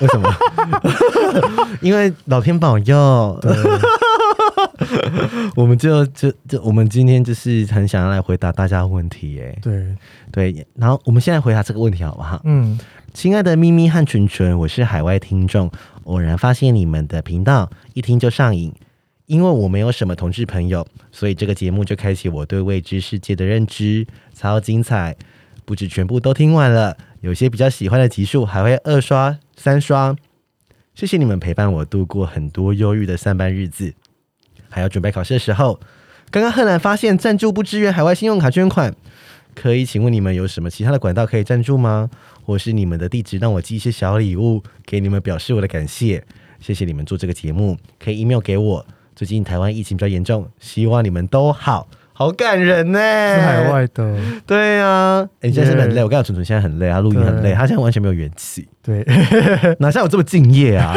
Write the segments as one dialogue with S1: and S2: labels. S1: 为什么？因为老天保佑， 我们就就就我们今天就是很想要来回答大家的问题耶。
S2: 对，
S1: 对，然后我们现在回答这个问题好不好？
S2: 嗯，
S1: 亲爱的咪咪和纯纯，我是海外听众，偶然发现你们的频道，一听就上瘾。因为我没有什么同志朋友，所以这个节目就开启我对未知世界的认知，超精彩！不止全部都听完了，有些比较喜欢的集数还会二刷、三刷。谢谢你们陪伴我度过很多忧郁的上班日子，还有准备考试的时候。刚刚赫然发现赞助不支援海外信用卡捐款，可以请问你们有什么其他的管道可以赞助吗？或是你们的地址让我寄一些小礼物给你们表示我的感谢？谢谢你们做这个节目，可以 email 给我。最近台湾疫情比较严重，希望你们都好。好感人呢、
S2: 是海外的，
S1: 对啊，哎、你现在是不是很累？
S2: 耶
S1: 我刚刚纯纯现在很累，他录音很累，
S2: 对
S1: 他现在完全没有元气，
S2: 对，
S1: 哪像我这么敬业啊？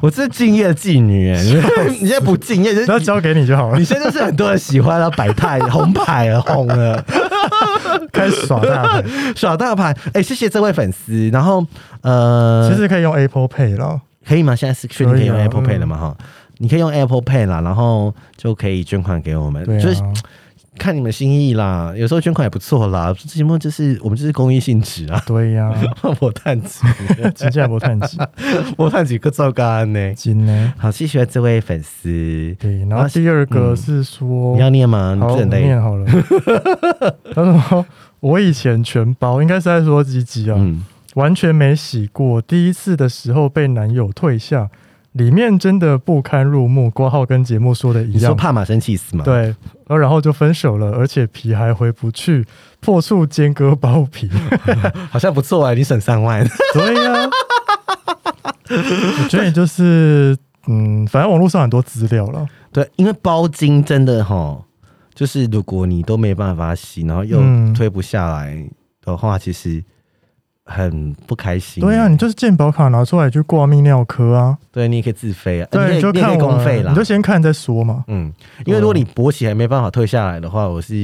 S1: 我是敬业的妓女、哎你现在不敬业，就是
S2: 那交给你就好了
S1: 你，现在就是很多人喜欢了，摆态红牌了，红了，
S2: 开始耍大牌。
S1: 耍大牌。哎、谢谢这位粉丝。然后呃，
S2: 其实可以用 Apple Pay 了，
S1: 可以吗？现在是确定可以用
S2: 可以啊
S1: Apple Pay 了吗？哈、你可以用 Apple Pay 啦，然后就可以捐款给我们，
S2: 对
S1: 就是
S2: 啊，
S1: 看你们心意啦。有时候捐款也不错啦。这节目就是我们就是公益性质啊。
S2: 对 呀，
S1: 我探几，
S2: 真假不探级，
S1: 我探几个糟糕呢。
S2: 金呢？
S1: 好，谢谢这位粉丝。啊
S2: 对，然后第二个啊是说，
S1: 你要念吗？你
S2: 好，
S1: 不
S2: 我
S1: 是很累
S2: 念。啊好了。 他说我以前全包，应该是在说鸡鸡啊，
S1: 嗯，
S2: 完全没洗过。第一次的时候被男友退下，里面真的不堪入目。挂号跟节目说的一
S1: 你说
S2: 样，
S1: 怕马生气死吗？，
S2: 对，然后就分手了，而且皮还回不去，破处间割包 皮。
S1: 好像不错哎、你省三万。
S2: 对呀、我觉得你就是。嗯，反正网络上很多资料了，
S1: 对，因为包茎真的哈，就是如果你都没办法洗，然后又
S2: 嗯
S1: 推不下来的话，其实很不开心。
S2: 对啊，你就是健保卡拿出来去挂泌尿科啊，
S1: 对你也可以自费啊，
S2: 对，
S1: 你
S2: 你
S1: 也
S2: 就
S1: 你也可
S2: 看
S1: 以公
S2: 完
S1: 费啦
S2: 你就。哦先看再说嘛。
S1: 嗯，因为如果你勃起还没办法退下来的话，我是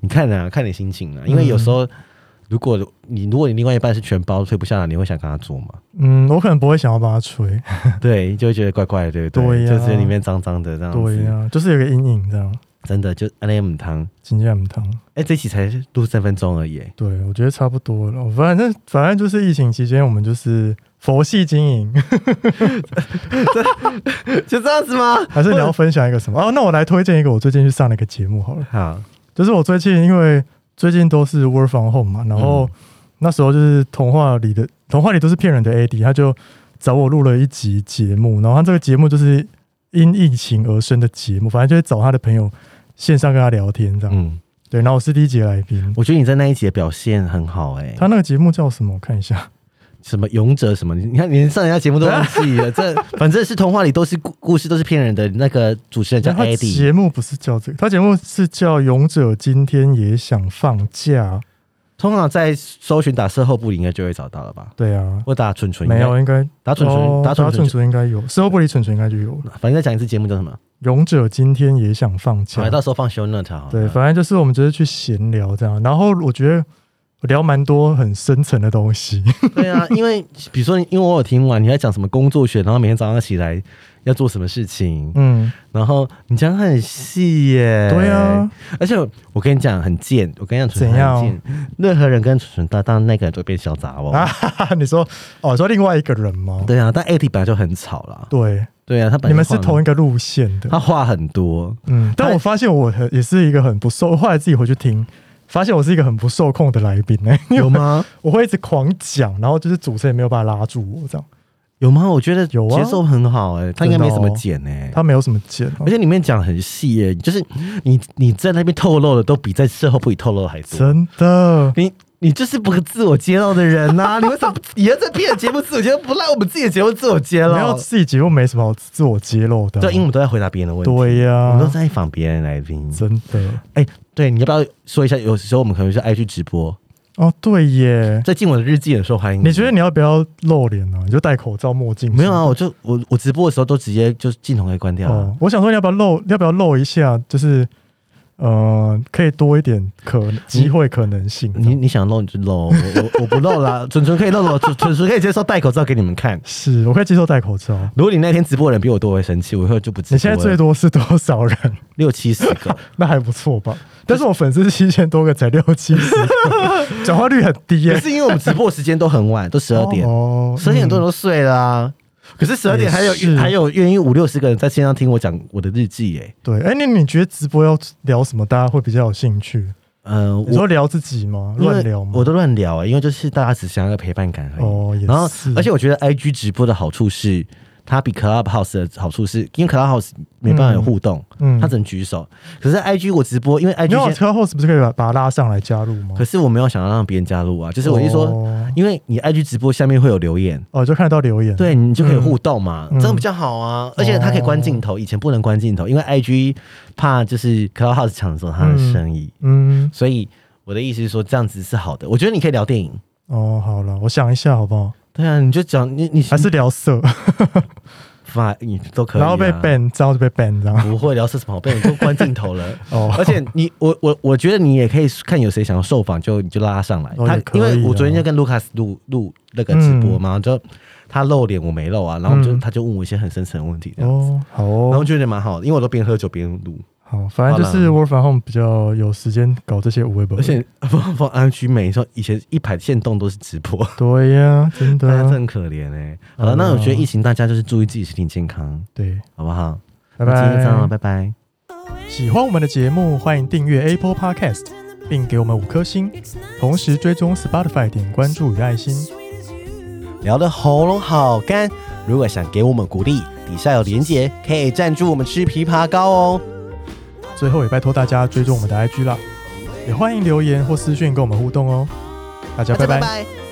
S1: 你看啊，看你心情啊，
S2: 嗯
S1: 因为有时候。如果你如果你另外一半是全包退不下来，你会想跟他做吗？
S2: 嗯，我可能不会想要帮他吹，
S1: 对，就会觉得怪怪的，对不
S2: 对呀
S1: 就是里面脏脏的这样子。
S2: 对呀、就是有个阴影这样，
S1: 真的就 N M 汤。
S2: 今天很疼。
S1: 哎、这期才录三分 钟而已、
S2: 对，我觉得差不多了。反正反正就是疫情期间，我们就是佛系经营，
S1: 就这样子吗？
S2: 还是你要分享一个什么？哦，那我来推荐一个我最近去上了一个节目好了，
S1: 好，
S2: 就是我最近因为最近都是 work from home 嘛，然
S1: 嗯
S2: 后那时候就是童话里的童话里都是骗人的 AD，他就找我录了一集节目，然后他这个节目就是因疫情而生的节目，反正就是找他的朋友线上跟他聊天这样。
S1: 嗯，
S2: 对，然后我是第一节来宾。
S1: 我觉得你在那一集的表现很好、哎，
S2: 他那个节目叫什么？我看一下。
S1: 什么勇者什么，你你看连上人家节目都忘 记了，这反正是童话里都是故故事都是骗人的，那个主持人叫
S2: 哎他
S1: Eddie，
S2: 节目不是叫这个，他节目是叫《勇者今天也想放假》。
S1: 通常在搜寻打售后部应该就会找到了吧？
S2: 对啊，
S1: 或打蠢蠢，
S2: 没有，应该
S1: 打蠢蠢，
S2: 哦
S1: 打蠢
S2: 打蠢
S1: 蠢就，
S2: 蠢应该有，事后不理蠢蠢应该就有了。
S1: 反正再讲一次节目叫什么？
S2: 勇者今天也想放
S1: 好
S2: 假
S1: 了，，到嗯时候放 show note 好了。
S2: 对，反正就是我们只是去闲聊这样。然后我觉得我聊蛮多很深层的东西，
S1: 对 啊，因为比如说，因为我有听完你在讲什么工作学，然后每天早上起来要做什么事情，
S2: 嗯，
S1: 然后你讲得很细耶。
S2: 对啊，
S1: 而且我跟你讲，很贱。我跟你讲，蠢
S2: 怎
S1: 蠢
S2: 样
S1: 很贱。任何人跟蠢蠢搭档，那个人都变小杂哦。
S2: 啊哈哈，你说哦，说另外一个人吗？
S1: 对啊，但 AD 本来就很吵啦。
S2: 对，
S1: 对啊，他本来
S2: 你们
S1: 就是话
S2: 同一个路线的，
S1: 他话很多。
S2: 嗯，但我发现我很也是一个很不受，后来自己回去听，发现我是一个很不受控的来宾哎、因为
S1: 有吗？
S2: 我会一直狂讲，然后就是主持人也没有办法拉住我这样。
S1: 有吗？我觉得
S2: 有啊哦
S1: 节奏很好哎、他应该没什么剪哎、
S2: 他没有什么剪、哦
S1: 而，且里面讲很细耶、就是你你在那边透露的都比在事后不里透露的还多。
S2: 真的。
S1: 你你就是不自我揭露的人呐、你为什么不 你要在别的节目自我揭露，不让我们自己的节目自我揭
S2: 然后
S1: 露？嗯
S2: 自己节目没什么好自我揭露的啊、
S1: 对，因为我们都在回答别人的问题，
S2: 对呀、
S1: 我们都在仿别人来宾。
S2: 真的
S1: 哎、对，你要不要说一下？有时候我们可能是爱去直播，
S2: 哦，对耶。
S1: 在进我的日记很受欢迎。
S2: 你觉得你要不要露脸呢、啊？你就戴口罩、墨镜。
S1: 没有啊？？我就我我直播的时候都直接就是镜头给关掉了。
S2: 哦，我想说你要不要露，要不要露一下？就是呃，可以多一点可能机会可能性。
S1: 你你想露你就露，我我我不露啦， 纯纯可以露露，纯纯纯可以接受戴口罩给你们看。
S2: 是我可以接受戴口罩。
S1: 如果你那天直播的人比我多，我会生气，我以后就不直播了。
S2: 你现在最多是多少人？
S1: 六七十个，
S2: 那还不错吧？但是我粉丝是七千多个，才六七十个， 转化率很低耶、
S1: 也是因为我们直播时间都很晚，都十二点，
S2: 哦
S1: 十二点很多人都睡了啊。可是十二点还有
S2: 也是
S1: 还有愿意五六十个人在线上听我讲我的日记耶、
S2: 对，哎、那你觉得直播要聊什么，大家会比较有兴趣？
S1: 嗯、
S2: 你说
S1: 我
S2: 聊自己吗？乱聊吗？
S1: 我都乱聊、欸，因为就是大家只想要个陪伴感而已。
S2: 哦也是
S1: 然后，而且我觉得 I G 直播的好处是，它比 Clubhouse 的好处是，因为 Clubhouse 没办法有互动，
S2: 嗯嗯
S1: 它只能举手。可是 I G 我直播，因为 I
S2: 哎你
S1: G
S2: 有车后是不是可以把把他拉上来加入吗？
S1: 可啊是我没有想要让别人加入啊，就是我一说，
S2: 哦
S1: 因为你 I G 直播下面会有留言。
S2: 哦，就看得到留言。
S1: 对你就可以互动嘛，
S2: 嗯哦
S1: 这样比较好啊。而且它可以关镜头，以前不能关镜头，因为 I G 怕就是 Clubhouse 抢走它的生意。
S2: 嗯，
S1: 所以我的意思是说，这样子是好的。我觉得你可以聊电影，
S2: 哦，好了，我想一下好不好？
S1: 对啊，你就讲你你
S2: 还是聊色，
S1: 发你都可以、啊，
S2: 然后被 ban，这样就被 ban 这样。
S1: 不会聊色什么好被你都关镜 头了。
S2: 哦
S1: 而且你我我我觉得你也可以看有谁想要受访，就你就拉他上来。
S2: 哦
S1: 他
S2: 也可以
S1: 因为我
S2: 啊
S1: 昨天就跟卢卡斯录录那个直播嘛，就他露脸我没露啊，然后我就、
S2: 嗯
S1: 他就问我一些很深层的问题，这样
S2: 哦，好
S1: 然后
S2: 哦，
S1: 觉得蛮好的，因为我都边喝酒边录，
S2: 好，反正就是 work from home 比较有时间搞这些无微博，
S1: 而且放放 IG 每一说以前一排线动都是直播，
S2: 对啊呀，真
S1: 大家真的
S2: 的，
S1: 很可怜哎、好了，那我觉得疫情大家就是注意自己身体健康，
S2: 对，
S1: 好不好？
S2: 拜
S1: 那今天就这样了，
S2: 拜。
S1: 拜拜。
S2: 喜欢我们的节目，欢迎订阅 Apple Podcast，并给我们五颗星，同时追踪 Spotify 点关注与爱心。
S1: 聊得喉咙好干。如果想给我们鼓励，底下有连结，可以赞助我们吃枇杷膏哦。
S2: 最后也拜托大家追踪我们的 IG 啦，也欢迎留言或私讯跟我们互动哦。大家
S1: 大家
S2: 拜拜
S1: 拜